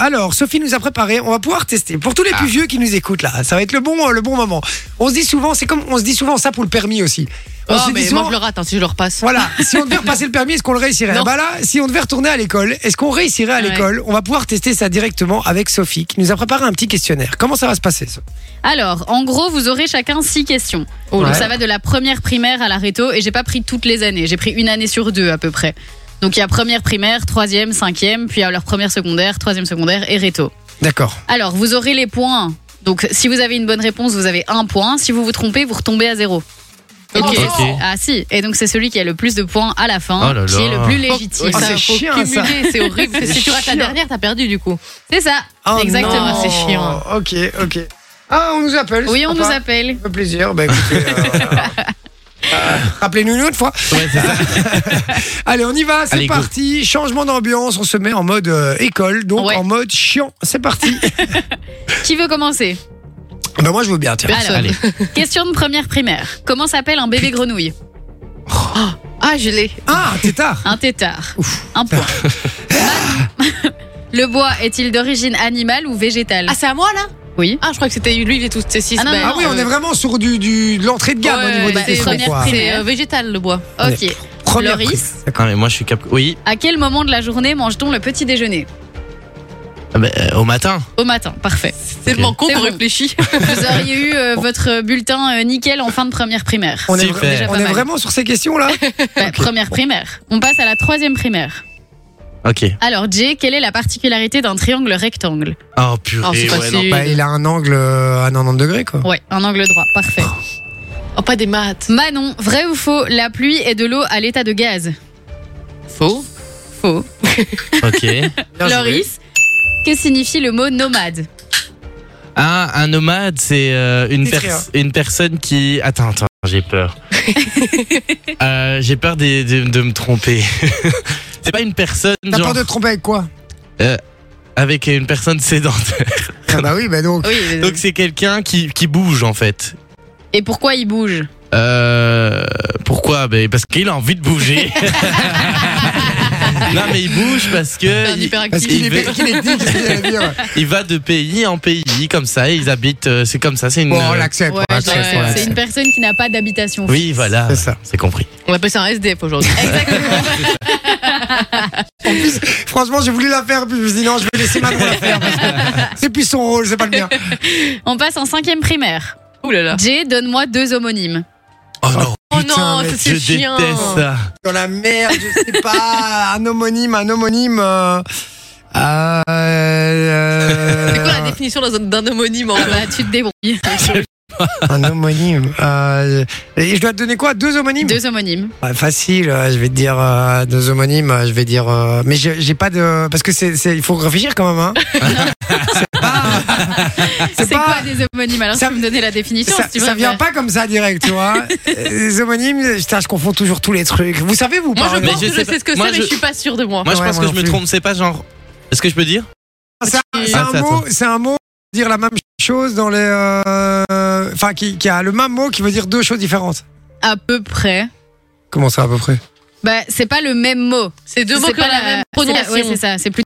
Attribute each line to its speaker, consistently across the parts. Speaker 1: Alors, Sophie nous a préparé, on va pouvoir tester. Pour tous
Speaker 2: Ah.
Speaker 1: les plus vieux qui nous écoutent là, ça va être le bon, euh, le bon moment. On se dit souvent, c'est comme on se dit souvent ça pour le permis aussi. On
Speaker 2: Oh,
Speaker 1: se dit
Speaker 2: mais
Speaker 1: souvent,
Speaker 2: moi je le rate hein, si je le repasse.
Speaker 1: Voilà, si on devait repasser le permis, est-ce qu'on le réussirait
Speaker 2: Non.
Speaker 1: Bah là, si on devait retourner à l'école, est-ce qu'on réussirait à
Speaker 2: Ouais.
Speaker 1: l'école On va pouvoir tester ça directement avec Sophie qui nous a préparé un petit questionnaire. Comment ça va se passer ça
Speaker 3: Alors, en gros, vous aurez chacun six questions.
Speaker 2: Oh là
Speaker 3: Donc
Speaker 1: Ouais.
Speaker 3: ça va de la première primaire à la réto et j'ai pas pris toutes les années, j'ai pris une année sur deux à peu près. Donc il y a première primaire, troisième, cinquième, puis alors première secondaire, troisième secondaire et réto.
Speaker 1: D'accord.
Speaker 3: Alors vous aurez les points. Donc si vous avez une bonne réponse, vous avez un point. Si vous vous trompez, vous retombez à zéro.
Speaker 2: Ok.
Speaker 3: Ok.
Speaker 4: Ok.
Speaker 3: Ah si. Et donc c'est celui qui a le plus de points à la fin,
Speaker 4: Oh là là.
Speaker 3: qui est le plus
Speaker 2: Faut-
Speaker 3: légitime.
Speaker 1: Oh,
Speaker 2: ça,
Speaker 1: c'est
Speaker 2: faut
Speaker 1: chiant,
Speaker 2: cumuler,
Speaker 1: ça.
Speaker 2: C'est horrible. parce que si tu rates la
Speaker 1: chiant.
Speaker 2: dernière, t'as perdu du coup.
Speaker 3: C'est ça.
Speaker 1: Oh
Speaker 3: Exactement,
Speaker 1: non.
Speaker 2: c'est chiant.
Speaker 1: Ok, ok. Ah, on nous appelle.
Speaker 3: Oui,
Speaker 1: c'est
Speaker 3: on nous
Speaker 1: sympa.
Speaker 3: appelle.
Speaker 1: Ça fait plaisir. Bah, écoutez, euh, euh, Rappelez-nous une autre fois. Allez, on y va, c'est
Speaker 4: Allez, go.
Speaker 1: parti. Changement d'ambiance, on se met en mode euh, école, donc
Speaker 3: Ouais.
Speaker 1: en mode chiant. C'est parti.
Speaker 3: Qui veut commencer
Speaker 1: bah, moi, je veux bien, tiens.
Speaker 3: Alors,
Speaker 4: Allez.
Speaker 3: question de première primaire. Comment s'appelle un bébé grenouille
Speaker 2: Ah, je l'ai.
Speaker 1: Ah, t'es tard.
Speaker 3: Un tétard. Un point. Man- Le bois est-il d'origine animale ou végétale
Speaker 2: Ah, c'est à moi là
Speaker 3: Oui.
Speaker 2: Ah, je crois que c'était lui, il est tous ces six.
Speaker 3: Ah, non,
Speaker 2: ben,
Speaker 3: non,
Speaker 1: Ah oui, on
Speaker 2: euh,
Speaker 1: est vraiment sur du, du- de l'entrée de gamme au
Speaker 2: ouais,
Speaker 1: niveau des
Speaker 2: bah,
Speaker 1: questions.
Speaker 3: première
Speaker 1: quoi.
Speaker 3: prise.
Speaker 2: C'est euh, végétal le bois.
Speaker 1: On est
Speaker 3: Ok.
Speaker 1: Première
Speaker 3: Loris.
Speaker 1: prise. D'accord.
Speaker 4: Ah, mais moi je suis cap. Oui,
Speaker 3: À quel moment de la journée mange-t-on le petit déjeuner
Speaker 4: Ah, bah, euh, au matin.
Speaker 3: Au matin, parfait.
Speaker 2: C'est tellement con
Speaker 3: C'est
Speaker 2: qu'on
Speaker 3: bon.
Speaker 2: réfléchit.
Speaker 3: Vous auriez eu euh, votre bulletin euh, nickel en fin de première primaire.
Speaker 1: On est,
Speaker 4: Super.
Speaker 1: vra-
Speaker 3: Déjà
Speaker 1: on
Speaker 3: pas
Speaker 1: est
Speaker 3: mal.
Speaker 1: vraiment sur ces questions-là
Speaker 3: Bah, Première primaire. On passe à la troisième primaire.
Speaker 4: Ok.
Speaker 3: Alors Jay, quelle est la particularité d'un triangle rectangle
Speaker 4: Oh purée.
Speaker 2: Oh, c'est
Speaker 4: ouais, non.
Speaker 2: facile.
Speaker 1: bah, Il a un angle euh, à 90 degrés, quoi.
Speaker 3: Ouais, un angle droit, parfait.
Speaker 2: Oh, pas des maths.
Speaker 3: Manon, vrai ou faux, la pluie est de l'eau à l'état de gaz
Speaker 2: Faux.
Speaker 3: Faux.
Speaker 4: Ok.
Speaker 1: Bien joué.
Speaker 3: Loris, que signifie le mot nomade
Speaker 4: Ah, un nomade, c'est euh, une,
Speaker 1: Titré,
Speaker 4: pers-
Speaker 1: hein.
Speaker 4: une personne qui. Attends, attends, j'ai peur. Euh, j'ai peur des- des- de, me tromper. c'est pas une personne
Speaker 1: T'as
Speaker 4: genre,
Speaker 1: peur de te tromper avec quoi
Speaker 4: avec une personne sédentaire.
Speaker 1: Ah bah oui, bah donc.
Speaker 3: Oui.
Speaker 4: Donc c'est quelqu'un qui, qui bouge en fait.
Speaker 3: Et pourquoi il bouge
Speaker 4: Euh, pourquoi Ben, Parce qu'il a envie de bouger. non mais il bouge parce que
Speaker 2: Un
Speaker 4: il,
Speaker 1: Parce
Speaker 2: hyperactif.
Speaker 1: qu'il est,
Speaker 4: Il veut-
Speaker 1: qu'il est dit, qu'est-ce qu'il allait dire
Speaker 4: il va de pays en pays comme ça. et Ils habitent, euh, c'est comme ça, c'est une.
Speaker 1: Bon, on
Speaker 4: euh,
Speaker 1: l'accepte.
Speaker 2: Ouais,
Speaker 1: on
Speaker 2: je
Speaker 1: l'accepte,
Speaker 2: dirais,
Speaker 1: on
Speaker 2: ouais.
Speaker 3: C'est
Speaker 1: l'accepte.
Speaker 3: une personne qui n'a pas d'habitation.
Speaker 4: oui, voilà,
Speaker 1: C'est ça.
Speaker 4: c'est compris.
Speaker 2: On appelle ça un SDF aujourd'hui.
Speaker 1: Franchement, j'ai voulu la faire, puis je me suis dit non, je vais laisser Manon la faire. parce que C'est plus son rôle, c'est pas le mien.
Speaker 3: On passe en cinquième primaire.
Speaker 2: Ouh là là.
Speaker 3: Jay, donne-moi deux homonymes.
Speaker 4: Oh non,
Speaker 2: Oh
Speaker 1: Putain,
Speaker 2: non,
Speaker 1: mais
Speaker 2: ça,
Speaker 4: je
Speaker 2: c'est chiant.
Speaker 4: déteste ça.
Speaker 1: Dans la merde, je sais pas. Un homonyme, un homonyme. euh, euh, euh,
Speaker 2: C'est quoi la définition d'un- d'un homonyme en
Speaker 3: Bah,
Speaker 2: fait
Speaker 3: tu te débrouilles.
Speaker 1: Un homonyme. euh, et je dois te donner quoi Deux homonymes
Speaker 3: Deux homonymes.
Speaker 1: Ouais, Facile, euh, je vais te dire euh, deux homonymes, euh, je vais dire. euh, mais j'ai j'ai pas de. Parce que c'est, c'est- il faut réfléchir quand même. Hein. c'est pas.
Speaker 3: C'est quoi des homonymes Alors,
Speaker 1: Ça-
Speaker 3: ça me donner la définition
Speaker 1: ça,
Speaker 3: si tu
Speaker 1: ça
Speaker 3: veux.
Speaker 1: vient pas comme ça direct, tu vois. Euh, Les homonymes, putain, je confonds toujours tous les trucs. Vous savez, vous
Speaker 2: Moi,
Speaker 1: pas,
Speaker 2: je
Speaker 1: hein,
Speaker 4: mais
Speaker 2: pense
Speaker 4: je
Speaker 2: que je
Speaker 4: sais
Speaker 2: sais ce que
Speaker 4: pas. Moi,
Speaker 2: c'est, mais
Speaker 4: je-
Speaker 2: je suis pas sûre de moi.
Speaker 4: Moi, je
Speaker 1: Ouais,
Speaker 4: pense
Speaker 1: moi
Speaker 4: que
Speaker 1: non
Speaker 4: je me
Speaker 1: plus.
Speaker 4: trompe, c'est pas genre. Est-ce que je peux dire
Speaker 1: C'est un- c'est
Speaker 4: Ah,
Speaker 1: un,
Speaker 4: c'est à
Speaker 1: mot,
Speaker 4: toi.
Speaker 1: c'est un mot dire la même chose dans les. euh, Enfin, qui, qui a le même mot qui veut dire deux choses différentes.
Speaker 3: À peu près.
Speaker 1: Comment ça, à peu près
Speaker 3: Bah, c'est pas le même mot.
Speaker 2: C'est deux mots
Speaker 3: C'est
Speaker 2: qui ont
Speaker 3: pas
Speaker 2: la même prononciation.
Speaker 3: Oui, c'est ça. C'est plus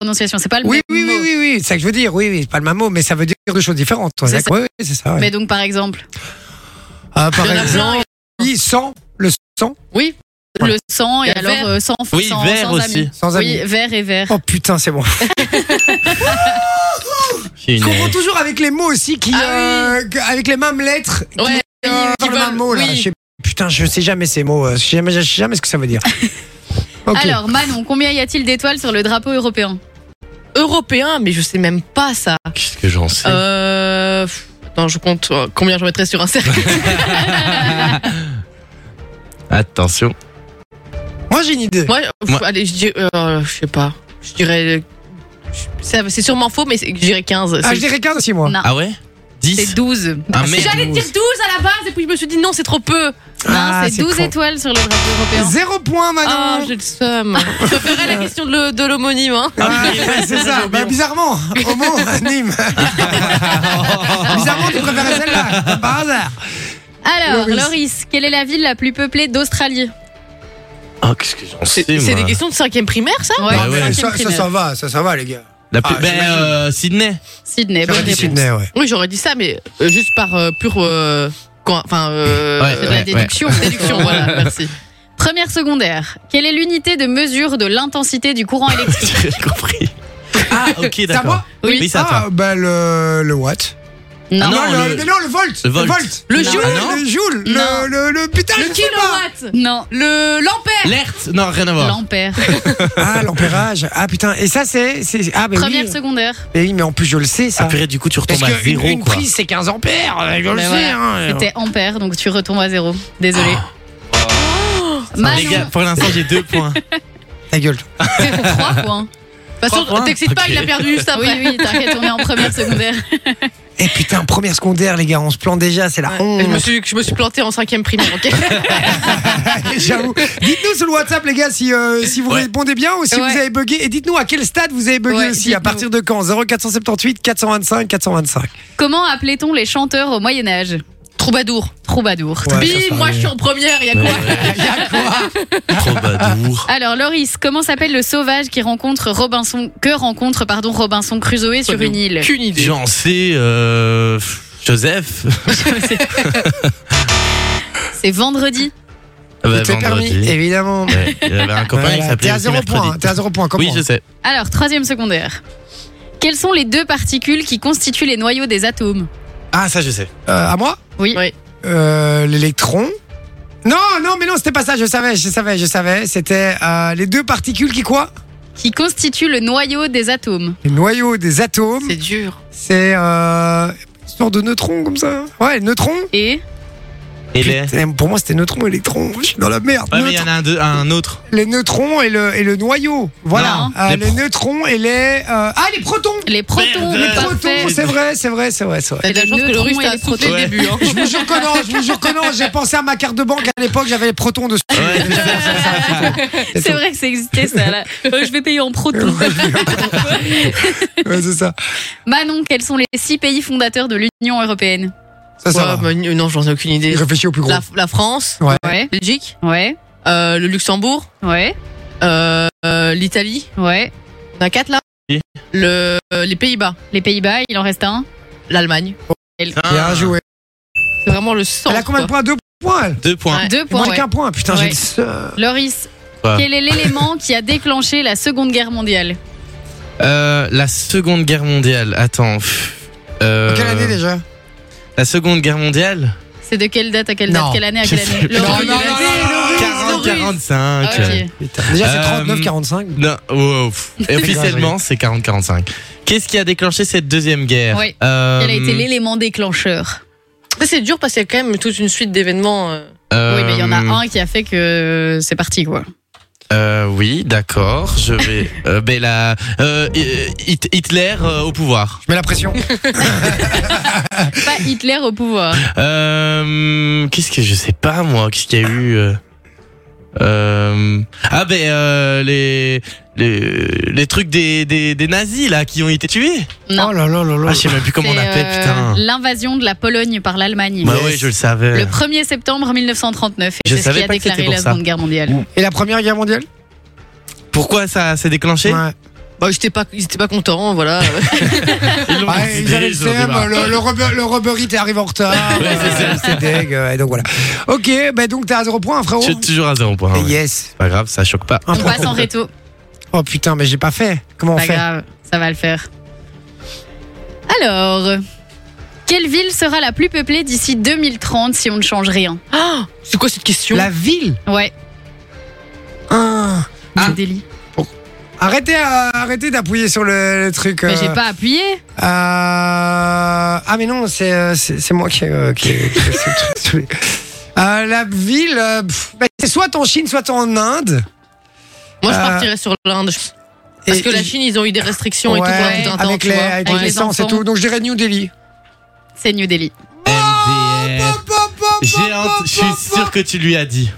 Speaker 3: prononciation. C'est pas le
Speaker 1: oui,
Speaker 3: même
Speaker 1: oui,
Speaker 3: mot.
Speaker 1: oui, oui, oui, c'est ça que je veux dire. Oui, oui, c'est pas le même mot, mais ça veut dire deux choses différentes. Toi,
Speaker 3: C'est
Speaker 1: d'accord Oui, oui, c'est ça. ouais.
Speaker 3: Mais donc, par exemple,
Speaker 1: Ah, par
Speaker 2: Il y en a
Speaker 1: exemple,
Speaker 2: plein.
Speaker 1: oui, sans, le sang,
Speaker 2: Oui.
Speaker 3: le sang et
Speaker 2: Il y a
Speaker 3: alors
Speaker 2: vert.
Speaker 3: euh, sans
Speaker 4: Oui,
Speaker 3: sans-
Speaker 4: vert
Speaker 3: sans
Speaker 4: aussi.
Speaker 3: amis.
Speaker 1: sans ami.
Speaker 3: Oui, vert et vert.
Speaker 1: Oh putain, c'est bon.
Speaker 4: J'ai
Speaker 1: Je
Speaker 4: une-
Speaker 1: comprends toujours avec les mots aussi, qui,
Speaker 2: Ah
Speaker 1: euh, que- avec les mêmes lettres, qui,
Speaker 2: Ouais,
Speaker 1: euh,
Speaker 2: qui-
Speaker 1: dans
Speaker 2: qui
Speaker 1: le
Speaker 2: veulent-
Speaker 1: même mot. Là.
Speaker 2: oui.
Speaker 1: Je sais- putain, je sais jamais ces mots. euh, Je sais jamais, je sais jamais ce que ça veut dire. Ok.
Speaker 3: Alors, Manon, combien y a-t-il d'étoiles sur le drapeau européen
Speaker 2: Européen, mais je sais même pas ça.
Speaker 4: Qu'est-ce que j'en sais
Speaker 2: Euh. pff, Attends, je compte euh, combien je mettrais sur un cercle.
Speaker 4: Attention.
Speaker 1: Moi, j'ai une idée.
Speaker 2: Moi, pff,
Speaker 4: Moi-
Speaker 2: allez, je dis- euh, je sais pas. Je dirais. je- ça- C'est sûrement faux, mais c'est- je dirais 15.
Speaker 1: Ah,
Speaker 2: C'est-
Speaker 1: je dirais 15 aussi, moi.
Speaker 3: Non.
Speaker 4: Ah ouais
Speaker 3: C'est
Speaker 4: 10
Speaker 3: 12.
Speaker 4: Ah
Speaker 2: Si
Speaker 4: merde.
Speaker 2: J'allais dire 12 à la base, et puis je me suis dit non, c'est trop peu.
Speaker 3: Non,
Speaker 1: Ah,
Speaker 3: c'est 12
Speaker 1: con.
Speaker 3: étoiles sur le drapeau européen.
Speaker 1: Zéro point, Manon.
Speaker 3: Oh,
Speaker 2: Ah, j'ai le seum. Je ferai la question de le- de l'homonyme, hein.
Speaker 1: Ah, c'est ça, bah, bizarrement, au mot, Nîmes. bizarrement, tu préférais celle-là, comme par hasard.
Speaker 3: Alors,
Speaker 1: Loris.
Speaker 3: Loris. quelle est la ville la plus peuplée d'Australie
Speaker 4: Oh, qu'est-ce que j'en sais
Speaker 2: C'est c'est
Speaker 4: moi
Speaker 2: des questions de 5 primaire, ça
Speaker 4: Bah
Speaker 1: Non, mais
Speaker 4: ouais.
Speaker 1: ça, ça, ça va, ça, ça va, les gars.
Speaker 4: La plus
Speaker 1: Ah,
Speaker 4: ben,
Speaker 1: j'imagine.
Speaker 4: euh, Sydney.
Speaker 3: Sydney, bonne
Speaker 1: J'aurais dit
Speaker 3: réponse.
Speaker 1: Sydney, ouais.
Speaker 2: Oui, j'aurais dit ça, mais euh, juste par euh, pure. euh, coin- Enfin. euh,
Speaker 4: Ouais,
Speaker 3: C'est de
Speaker 4: ouais.
Speaker 3: la déduction.
Speaker 2: Déduction, voilà, merci.
Speaker 3: Première secondaire. Quelle est l'unité de mesure de l'intensité du courant électrique
Speaker 4: J'ai rien compris. Ah, ok,
Speaker 1: C'est à moi
Speaker 4: d'accord. Oui, c'est à
Speaker 1: Ah, euh,
Speaker 4: toi.
Speaker 1: bah le, le watt.
Speaker 4: Ah non,
Speaker 1: le,
Speaker 4: le-
Speaker 1: mais non, le volt.
Speaker 4: le volt.
Speaker 2: Le
Speaker 3: Non.
Speaker 2: joule
Speaker 4: Ah non
Speaker 1: le joule.
Speaker 3: Non.
Speaker 1: Le, le, le putain. je sais pas.
Speaker 3: Non.
Speaker 2: Le l'ampère
Speaker 4: L'ERT Non, rien à voir.
Speaker 3: Oh. L'ampère.
Speaker 1: Ah, l'ampérage. Ah putain. Et ça, c'est. c'est- Ah, bah
Speaker 3: Première
Speaker 1: oui.
Speaker 3: secondaire.
Speaker 1: Mais oui, mais en plus, je le sais,
Speaker 4: Ah,
Speaker 1: ça.
Speaker 4: purée, du coup, tu
Speaker 1: Parce
Speaker 4: retombes à
Speaker 1: que une,
Speaker 4: zéro,
Speaker 1: une
Speaker 4: quoi.
Speaker 1: prise, c'est 15 ampères. Je le
Speaker 3: Mais
Speaker 1: sais,
Speaker 3: voilà.
Speaker 1: hein.
Speaker 3: C'était ampère, donc tu retombes à zéro. Désolé.
Speaker 4: Les gars,
Speaker 3: Manon,
Speaker 4: pour l'instant, j'ai deux points.
Speaker 1: Ta gueule.
Speaker 3: 3 points.
Speaker 2: De toute
Speaker 4: Trois
Speaker 2: façon,
Speaker 4: points.
Speaker 2: t'excites pas,
Speaker 4: Ok.
Speaker 2: il a perdu juste
Speaker 3: Oui,
Speaker 2: après.
Speaker 3: oui, t'inquiète, on est en première secondaire.
Speaker 1: Eh putain, première secondaire, les gars, on se plante déjà, c'est la honte.
Speaker 2: Je me suis, je me suis planté en cinquième primaire, ok
Speaker 1: J'avoue. Dites-nous sur le WhatsApp, les gars, si, euh, si vous
Speaker 4: Ouais.
Speaker 1: répondez bien ou si
Speaker 3: Ouais.
Speaker 1: vous avez bugué. Et dites-nous à quel stade vous avez bugué
Speaker 3: Ouais,
Speaker 1: aussi, à
Speaker 3: dites-nous.
Speaker 1: partir de quand 0478 425 425.
Speaker 3: Comment appelait-on les chanteurs au Moyen-Âge
Speaker 2: Troubadour.
Speaker 3: Troubadour.
Speaker 1: Ouais, ça,
Speaker 2: Bim,
Speaker 1: ça
Speaker 2: moi
Speaker 1: arrive.
Speaker 2: je suis en première, y'a quoi
Speaker 4: Troubadour.
Speaker 3: Alors, Loris, comment s'appelle le sauvage qui rencontre Robinson, que rencontre, pardon, Robinson Crusoe sur une île
Speaker 2: Qu'une idée.
Speaker 4: J'en sais. euh, Joseph.
Speaker 3: C'est vendredi.
Speaker 4: Ah bah,
Speaker 1: Tout est permis,
Speaker 4: vendredi.
Speaker 1: évidemment.
Speaker 4: Ouais, Il y avait un copain qui
Speaker 1: Voilà, T'es
Speaker 4: s'appelait.
Speaker 1: à
Speaker 4: aussi
Speaker 1: zéro
Speaker 4: mercredi.
Speaker 1: point, hein, t'es à zéro point, comment
Speaker 4: Oui, je sais.
Speaker 3: Alors, troisième secondaire. Quelles sont les deux particules qui constituent les noyaux des atomes
Speaker 4: Ah, ça, je sais.
Speaker 1: Euh, À moi
Speaker 3: Oui.
Speaker 2: Ouais.
Speaker 1: Euh, L'électron. Non, non, mais non, c'était pas ça, je savais, je savais, je savais. C'était euh, les deux particules qui quoi
Speaker 3: Qui constituent le noyau des atomes
Speaker 1: Les noyaux des atomes,
Speaker 2: C'est dur.
Speaker 1: c'est euh, une sorte de neutrons comme ça. Ouais, neutrons.
Speaker 3: Et
Speaker 4: Et les. Ouais,
Speaker 1: Putain, Pour moi, c'était neutron, électron. Je suis dans la merde.
Speaker 4: mais il y
Speaker 1: Neutron-
Speaker 4: en a un, deux- un autre.
Speaker 1: Les neutrons et le, et le noyau. Voilà.
Speaker 3: Non.
Speaker 1: Euh,
Speaker 4: Les
Speaker 1: les
Speaker 4: pro-
Speaker 1: neutrons et les. euh, ah, les protons
Speaker 3: les protons,
Speaker 4: Merde.
Speaker 1: Les
Speaker 4: Euh,
Speaker 1: protons,
Speaker 3: parfait.
Speaker 1: c'est vrai, c'est vrai, c'est vrai, c'est vrai.
Speaker 2: T'as de la
Speaker 3: Les
Speaker 2: chance que le
Speaker 3: neutrons
Speaker 2: russe
Speaker 3: et
Speaker 2: t'a
Speaker 3: les
Speaker 2: soufflé
Speaker 4: protons.
Speaker 2: le début. Hein.
Speaker 1: Je vous jure que non, je vous jure que non. J'ai pensé à ma carte de banque à l'époque, j'avais les protons dessus.
Speaker 4: Ouais, c'est ça, c'est ça.
Speaker 3: C'est vrai que ça existait, ça. là. Euh, je vais payer en protons.
Speaker 1: Ouais, c'est ça.
Speaker 3: Manon, quels sont les six pays fondateurs de l'Union européenne
Speaker 1: Ça, ça
Speaker 2: Ouais,
Speaker 1: va.
Speaker 2: bah, n- non, j'en ai aucune idée.
Speaker 1: Réfléchis au plus gros.
Speaker 2: La, la France,
Speaker 1: Ouais.
Speaker 3: Ouais,
Speaker 2: Belgique,
Speaker 3: ouais,
Speaker 2: euh, le Luxembourg,
Speaker 3: ouais,
Speaker 2: euh, euh, l'Italie.
Speaker 3: ouais.
Speaker 2: On a quatre là.
Speaker 4: Oui.
Speaker 2: Le, euh, les Pays-Bas,
Speaker 3: Les Pays-Bas, il en reste un.
Speaker 2: l'Allemagne.
Speaker 1: Bien joué.
Speaker 2: C'est vraiment le sang.
Speaker 1: Elle a combien de
Speaker 2: quoi.
Speaker 1: points Deux points, elle.
Speaker 4: Deux points.
Speaker 2: Ouais.
Speaker 3: Deux
Speaker 1: Moins
Speaker 3: points. ouais.
Speaker 1: qu'un point. Putain, j'ai
Speaker 3: Ouais.
Speaker 1: le seum.
Speaker 3: Loris,
Speaker 4: Ouais.
Speaker 3: quel est l'élément qui a déclenché la Seconde Guerre mondiale
Speaker 4: Euh, la Seconde Guerre mondiale. Attends. pff, euh,
Speaker 1: Quelle année déjà
Speaker 4: La Seconde Guerre mondiale
Speaker 3: C'est de quelle date à quelle
Speaker 1: Non.
Speaker 3: date Quelle année à quelle
Speaker 4: Je
Speaker 3: année
Speaker 4: sais pas.
Speaker 3: Loris.
Speaker 1: Non, non, non, non,
Speaker 4: 40, 45.
Speaker 3: Ah, Ok.
Speaker 1: Putain, Déjà, c'est
Speaker 4: Euh,
Speaker 1: 39, 45.
Speaker 4: Non, wow. Et officiellement, c'est 40-45. Qu'est-ce qui a déclenché cette deuxième guerre
Speaker 3: Oui.
Speaker 4: Euh,
Speaker 3: Quel a été l'élément déclencheur
Speaker 2: Après, C'est dur parce qu'il y a quand même toute une suite d'événements. euh.
Speaker 4: euh,
Speaker 3: Oui, mais il y en a un qui a fait que c'est parti, quoi.
Speaker 4: euh, oui, d'accord. Je vais. euh, ben la, euh, Hit- Hitler euh, au pouvoir.
Speaker 1: Je mets la pression.
Speaker 3: Pas Hitler au pouvoir.
Speaker 4: Euh, Qu'est-ce que je sais pas moi Qu'est-ce qu'il y a eu euh, euh, Ah ben euh, les, les les trucs des, des des nazis là qui ont été tués.
Speaker 3: Non.
Speaker 1: Oh là là là là.
Speaker 4: Ah je sais même plus comment on
Speaker 3: C'est,
Speaker 4: appelle
Speaker 3: euh,
Speaker 4: putain.
Speaker 3: L'invasion de la Pologne par l'Allemagne.
Speaker 4: Bah oui, je le savais.
Speaker 3: Le 1er septembre 1939. Et
Speaker 4: Je
Speaker 3: c'est ce
Speaker 4: savais
Speaker 3: qui a
Speaker 4: pas que c'était
Speaker 3: déclaré
Speaker 4: pour
Speaker 3: la
Speaker 4: ça.
Speaker 3: Seconde Guerre mondiale.
Speaker 1: Et la première guerre mondiale
Speaker 4: Pourquoi ça s'est déclenché
Speaker 1: Ouais.
Speaker 2: Bah, j'étais pas, ils étaient pas contents, voilà.
Speaker 4: Ils l'ont
Speaker 1: Ouais,
Speaker 4: décidé,
Speaker 1: Ah, ils avaient Ben, le
Speaker 4: ils ont démarré.
Speaker 1: seum, le, le, rubber- le rubber hit est arrivé en retard.
Speaker 4: Ouais, c'est
Speaker 1: euh, c'est deg. euh, Et donc voilà. Ok, bah donc t'es à 0 points, frérot.
Speaker 4: Je suis toujours à zéro point.
Speaker 1: Et
Speaker 4: ouais.
Speaker 1: Yes.
Speaker 4: Pas grave, ça choque pas.
Speaker 1: Un
Speaker 3: On
Speaker 1: point.
Speaker 3: passe en réto.
Speaker 1: Oh putain, mais j'ai pas fait. Comment on
Speaker 3: Pas
Speaker 1: fait
Speaker 3: grave, ça va le faire. Alors, quelle ville sera la plus peuplée d'ici 2030 si on ne change rien
Speaker 2: Ah, c'est quoi cette question
Speaker 1: La ville
Speaker 3: Ouais,
Speaker 1: Hein.
Speaker 3: du délit.
Speaker 1: Arrêtez, euh, arrêtez d'appuyer sur le, le truc.
Speaker 3: Mais
Speaker 1: euh,
Speaker 3: j'ai pas appuyé.
Speaker 1: euh, Ah mais non, c'est euh, c'est c'est moi qui euh, qui, qui- c'est le truc sous les- Euh, la ville, euh, pff, bah, c'est soit en Chine, soit en Inde.
Speaker 2: Moi, je
Speaker 1: Euh,
Speaker 2: partirais sur l'Inde. Parce
Speaker 1: Et-
Speaker 2: que la
Speaker 1: et-
Speaker 2: Chine, ils ont eu des restrictions et tout
Speaker 1: ouais,
Speaker 2: pendant tout un temps.
Speaker 1: avec
Speaker 2: tu
Speaker 1: les,
Speaker 2: vois.
Speaker 1: avec
Speaker 2: Ouais.
Speaker 1: les essences et
Speaker 3: enfants.
Speaker 1: tout. Donc je dirais New Delhi.
Speaker 3: C'est New Delhi.
Speaker 1: Oh,
Speaker 4: Eh. MDR. J'ai hâte, je suis sûr que tu lui as dit.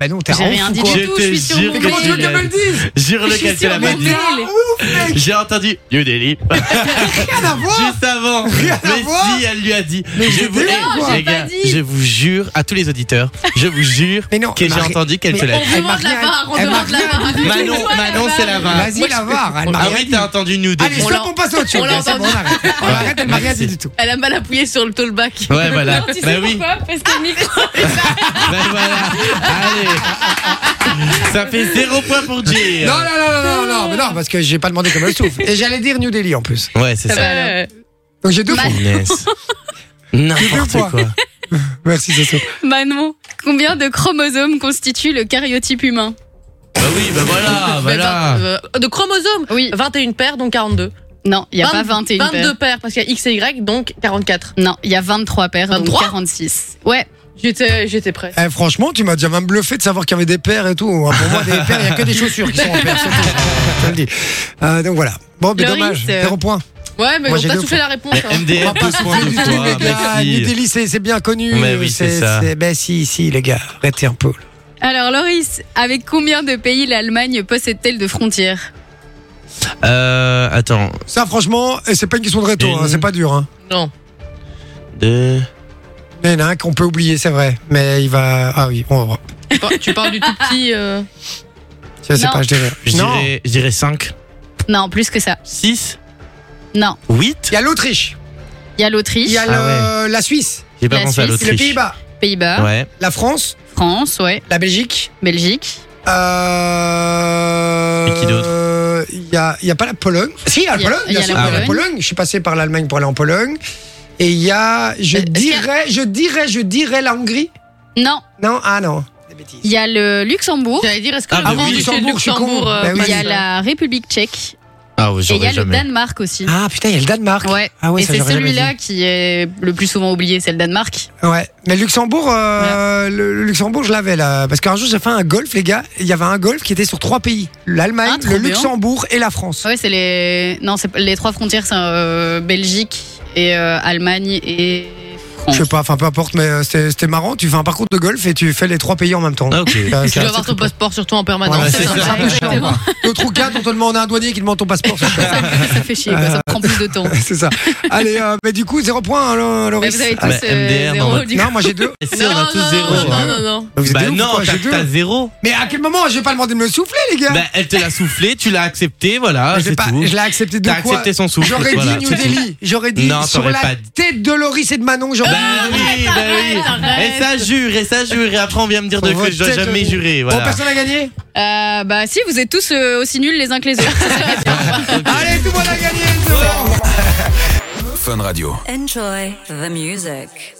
Speaker 1: Bah non, t'es
Speaker 3: J'ai
Speaker 1: un
Speaker 3: rien
Speaker 1: ouf,
Speaker 3: dit
Speaker 1: quoi.
Speaker 3: du tout, je suis sur
Speaker 4: J'étais
Speaker 3: mon
Speaker 1: Mais
Speaker 3: mail.
Speaker 4: sûr
Speaker 1: comment tu veux qu'elle me le dise
Speaker 4: Jure
Speaker 3: Je
Speaker 4: le
Speaker 3: suis
Speaker 4: qu'elle te
Speaker 3: sûre,
Speaker 4: l'a
Speaker 3: mais
Speaker 4: pas
Speaker 1: Mais t'es
Speaker 4: dit.
Speaker 1: un ouf, mec
Speaker 4: J'ai entendu New Delhi
Speaker 1: Rien à voir
Speaker 4: juste avant.
Speaker 1: Rien à
Speaker 4: Mais
Speaker 1: voir.
Speaker 4: si, elle lui a dit.
Speaker 1: Mais
Speaker 4: je
Speaker 1: j'ai
Speaker 4: vous,
Speaker 1: dit,
Speaker 4: Eh,
Speaker 1: Non,
Speaker 3: j'ai
Speaker 4: les
Speaker 3: pas
Speaker 4: gars,
Speaker 3: dit.
Speaker 4: je vous jure à tous les auditeurs, je vous jure
Speaker 1: Mais non,
Speaker 4: que j'ai
Speaker 1: Marie-
Speaker 4: entendu qu'elle
Speaker 1: mais
Speaker 4: te l'a
Speaker 1: elle-
Speaker 4: dit.
Speaker 1: elle
Speaker 3: demande
Speaker 1: m'a
Speaker 3: la
Speaker 1: rien-
Speaker 3: barre, on
Speaker 1: elle m'a
Speaker 3: demande la
Speaker 1: rien
Speaker 3: barre.
Speaker 1: dit.
Speaker 3: Manon,
Speaker 1: Ouais,
Speaker 4: Manon,
Speaker 3: la
Speaker 4: c'est
Speaker 3: barre.
Speaker 4: la barre.
Speaker 1: Vas-y, la voir, elle m'a
Speaker 4: Ah
Speaker 1: rien
Speaker 4: oui,
Speaker 1: dit.
Speaker 4: t'as entendu New
Speaker 1: Allez,
Speaker 4: Delhi.
Speaker 2: On
Speaker 1: stop,
Speaker 2: l'a-
Speaker 1: on passe au dessus.
Speaker 2: on l'a
Speaker 1: C'est bon, on
Speaker 2: entendu.
Speaker 1: arrête. On arrête, elle m'a rien
Speaker 4: Merci.
Speaker 1: dit du tout.
Speaker 2: Elle a mal appuyé sur le tollback.
Speaker 4: Ouais, voilà.
Speaker 3: Tu sais
Speaker 4: Bah oui.
Speaker 3: pourquoi Parce que le micro-
Speaker 4: Ben voilà. Allez. Ça fait zéro point pour Jay.
Speaker 1: Non, non, non, non, non, non, mais non, parce que j'ai pas demandé comment elle souffle. Et j'allais dire New Delhi en plus.
Speaker 4: Ouais, c'est
Speaker 2: Ça
Speaker 4: ça.
Speaker 2: va, euh,
Speaker 1: Donc j'ai deux points.
Speaker 4: Punaise.
Speaker 1: Deux
Speaker 4: N'importe
Speaker 1: points.
Speaker 4: quoi.
Speaker 1: Merci, Soso.
Speaker 3: Manon, Bah combien de chromosomes constitue le cariotype humain
Speaker 4: Bah oui, bah
Speaker 1: Ah,
Speaker 4: voilà,
Speaker 2: mais
Speaker 4: voilà.
Speaker 2: vingt- euh, de chromosomes
Speaker 3: Oui.
Speaker 2: 21 paires, donc 42.
Speaker 3: Non, il n'y a
Speaker 2: Vingt-
Speaker 3: pas 21
Speaker 2: 22
Speaker 3: paires.
Speaker 2: paires, parce qu'il y a X et Y, donc 44.
Speaker 3: Non, il y a 23 paires, donc
Speaker 2: 23?
Speaker 3: 46. Ouais,
Speaker 2: J'étais, j'étais prêt.
Speaker 1: Eh, franchement, tu m'as déjà même bluffé de savoir qu'il y avait des paires et tout. Hein, Pour moi, des paires, il n'y a que des chaussures qui sont en paires. surtout. Je te le dis. Euh, donc voilà. Bon, mais
Speaker 3: Loris,
Speaker 1: dommage.
Speaker 3: euh,
Speaker 1: Zéro point.
Speaker 2: Ouais, mais
Speaker 1: Moi,
Speaker 2: on
Speaker 1: j'ai
Speaker 2: t'a
Speaker 1: deux
Speaker 2: soufflé la réponse. hein.
Speaker 1: On va pas
Speaker 4: MDR, deux points
Speaker 1: souffler
Speaker 4: pour
Speaker 1: du tout, les
Speaker 4: toi.
Speaker 1: gars. New
Speaker 4: Merci.
Speaker 1: Delhi, c'est c'est bien connu.
Speaker 4: Mais oui, c'est ça.
Speaker 1: Ben si, si, les gars. Arrêtez un peu.
Speaker 3: Alors Loris, avec combien de pays l'Allemagne possède-t-elle de frontières
Speaker 4: Euh, attends.
Speaker 1: Ça, franchement, et c'est pas une question de réto.
Speaker 4: Une.
Speaker 1: hein, c'est pas dur. Hein.
Speaker 2: Non.
Speaker 4: Deux.
Speaker 1: Mais il y en a un qu'on peut oublier, c'est vrai. Mais il va. Ah oui, on va voir.
Speaker 2: Tu par- Tu parles du tout petit. euh,
Speaker 1: Je sais
Speaker 3: Non.
Speaker 1: pas, je dirais.
Speaker 4: Je
Speaker 1: non.
Speaker 4: dirais, je dirais cinq.
Speaker 3: Non, plus que ça.
Speaker 4: Six.
Speaker 3: Non,
Speaker 4: Huit.
Speaker 1: Il y a l'Autriche.
Speaker 3: il y a l'Autriche,
Speaker 1: Il y a
Speaker 4: Ah
Speaker 1: le- la Suisse.
Speaker 4: J'ai pas
Speaker 3: La
Speaker 4: pensé à
Speaker 3: Suisse,
Speaker 1: Le
Speaker 4: l'Autriche.
Speaker 1: Pays-Bas.
Speaker 3: Pays-Bas,
Speaker 4: Ouais.
Speaker 1: La France.
Speaker 3: France, ouais,
Speaker 1: La Belgique.
Speaker 3: Belgique.
Speaker 1: Euh...
Speaker 4: Et qui d'autre
Speaker 1: Il y a, il y a pas la Pologne. Si, il y a la
Speaker 3: Il y a-
Speaker 1: Pologne.
Speaker 3: il y
Speaker 1: bien
Speaker 3: a
Speaker 1: sûr,
Speaker 4: la
Speaker 1: il y a la
Speaker 4: Pologne.
Speaker 1: Pologne. Je suis passé par l'Allemagne pour aller en Pologne. Et il y a, je
Speaker 3: Euh, est-ce qu'il y a-
Speaker 1: dirais, je dirais, je dirais la Hongrie.
Speaker 3: Non,
Speaker 1: Non, ah non, des bêtises.
Speaker 3: il y a le Luxembourg,
Speaker 2: J'allais dire, est-ce que
Speaker 4: Ah,
Speaker 2: le
Speaker 4: bah
Speaker 2: grand
Speaker 4: oui,
Speaker 2: duché de
Speaker 1: Luxembourg, je suis con.
Speaker 2: Luxembourg. euh,
Speaker 1: Bah oui.
Speaker 3: il y a
Speaker 2: passe-
Speaker 3: la République tchèque
Speaker 4: Ah ouais,
Speaker 3: et il y a
Speaker 4: j'aurais
Speaker 3: le
Speaker 4: jamais.
Speaker 3: Danemark aussi.
Speaker 1: Ah putain, il y a le Danemark.
Speaker 3: Ouais.
Speaker 1: Ah ouais,
Speaker 3: et
Speaker 1: ça,
Speaker 3: c'est
Speaker 1: j'aurais jamais
Speaker 3: celui-là qui est le plus souvent oublié, c'est le Danemark.
Speaker 1: Ouais, mais Luxembourg, euh, le, le Luxembourg, je l'avais là, parce qu'un jour j'ai fait un golf, les gars. Il y avait un golf qui était sur trois pays l'Allemagne,
Speaker 3: Ah, trop
Speaker 1: le
Speaker 3: bien.
Speaker 1: Luxembourg et la France.
Speaker 3: Ah Ouais, c'est les non, c'est les trois frontières, c'est euh, Belgique et euh, Allemagne et France.
Speaker 1: Je sais pas, enfin peu importe, mais euh, c'était c'était marrant. Tu fais un parcours de golf et tu fais les trois pays en même temps.
Speaker 4: Ah, ok.
Speaker 1: Euh, c'est
Speaker 2: Tu dois
Speaker 1: assez
Speaker 2: avoir ton
Speaker 1: trippant.
Speaker 2: passeport sur toi en
Speaker 1: Ouais, bah,
Speaker 2: permanence.
Speaker 1: c'est
Speaker 3: ça,
Speaker 1: ça, c'est un peu chiant.
Speaker 3: Ah, exactement.
Speaker 1: quoi. L'autre ou quatre, on te demande un douanier qui demande ton passeport. c'est chiant.
Speaker 3: ça fait chier, quoi, ça prend plus de temps.
Speaker 1: c'est ça. Allez, euh, mais du coup, zéro point, hein, Lo-
Speaker 3: Mais
Speaker 1: Loris.
Speaker 3: vous avez tous
Speaker 4: Ah,
Speaker 3: euh,
Speaker 4: bah, MDR,
Speaker 3: zéro,
Speaker 4: non,
Speaker 3: du coup.
Speaker 1: Non, moi j'ai deux.
Speaker 4: Et si
Speaker 2: Non,
Speaker 4: on a tous
Speaker 2: non,
Speaker 4: zéro.
Speaker 2: non,
Speaker 4: hein.
Speaker 2: non, non, non.
Speaker 1: Vous êtes
Speaker 4: Bah
Speaker 1: des ouf,
Speaker 4: non,
Speaker 1: quoi,
Speaker 4: t'as
Speaker 1: j'ai deux.
Speaker 4: t'as zéro.
Speaker 1: Mais à quel moment Je vais pas demander de me souffler, les gars.
Speaker 4: Bah, elle te l'a soufflé, tu l'as accepté,
Speaker 1: Mais
Speaker 4: voilà,
Speaker 1: j'ai
Speaker 4: c'est
Speaker 1: pas-
Speaker 4: tout.
Speaker 1: je l'ai accepté de
Speaker 4: T'as
Speaker 1: quoi
Speaker 4: accepté son souffle.
Speaker 1: J'aurais dit
Speaker 4: voilà,
Speaker 1: New
Speaker 4: c'est tout.
Speaker 1: Delhi. J'aurais dit
Speaker 4: Non,
Speaker 1: sur
Speaker 4: t'aurais
Speaker 1: la
Speaker 4: pas dit.
Speaker 1: tête de Loris et de Manon. J'aurais
Speaker 4: Bah oui, bah oui.
Speaker 3: arrête.
Speaker 4: Et ça jure, et ça jure, et après on vient me dire de
Speaker 1: Pour
Speaker 4: que je dois
Speaker 1: votre tête,
Speaker 4: jamais
Speaker 1: je-
Speaker 4: jurer,
Speaker 1: Bon,
Speaker 4: voilà.
Speaker 1: personne n'a gagné
Speaker 3: Euh, bah si, vous êtes tous euh, aussi nuls les uns que les autres.
Speaker 1: Allez,
Speaker 4: Oh.
Speaker 1: tout le monde a gagné c'est bon.
Speaker 5: Fun Radio.
Speaker 6: Enjoy the music.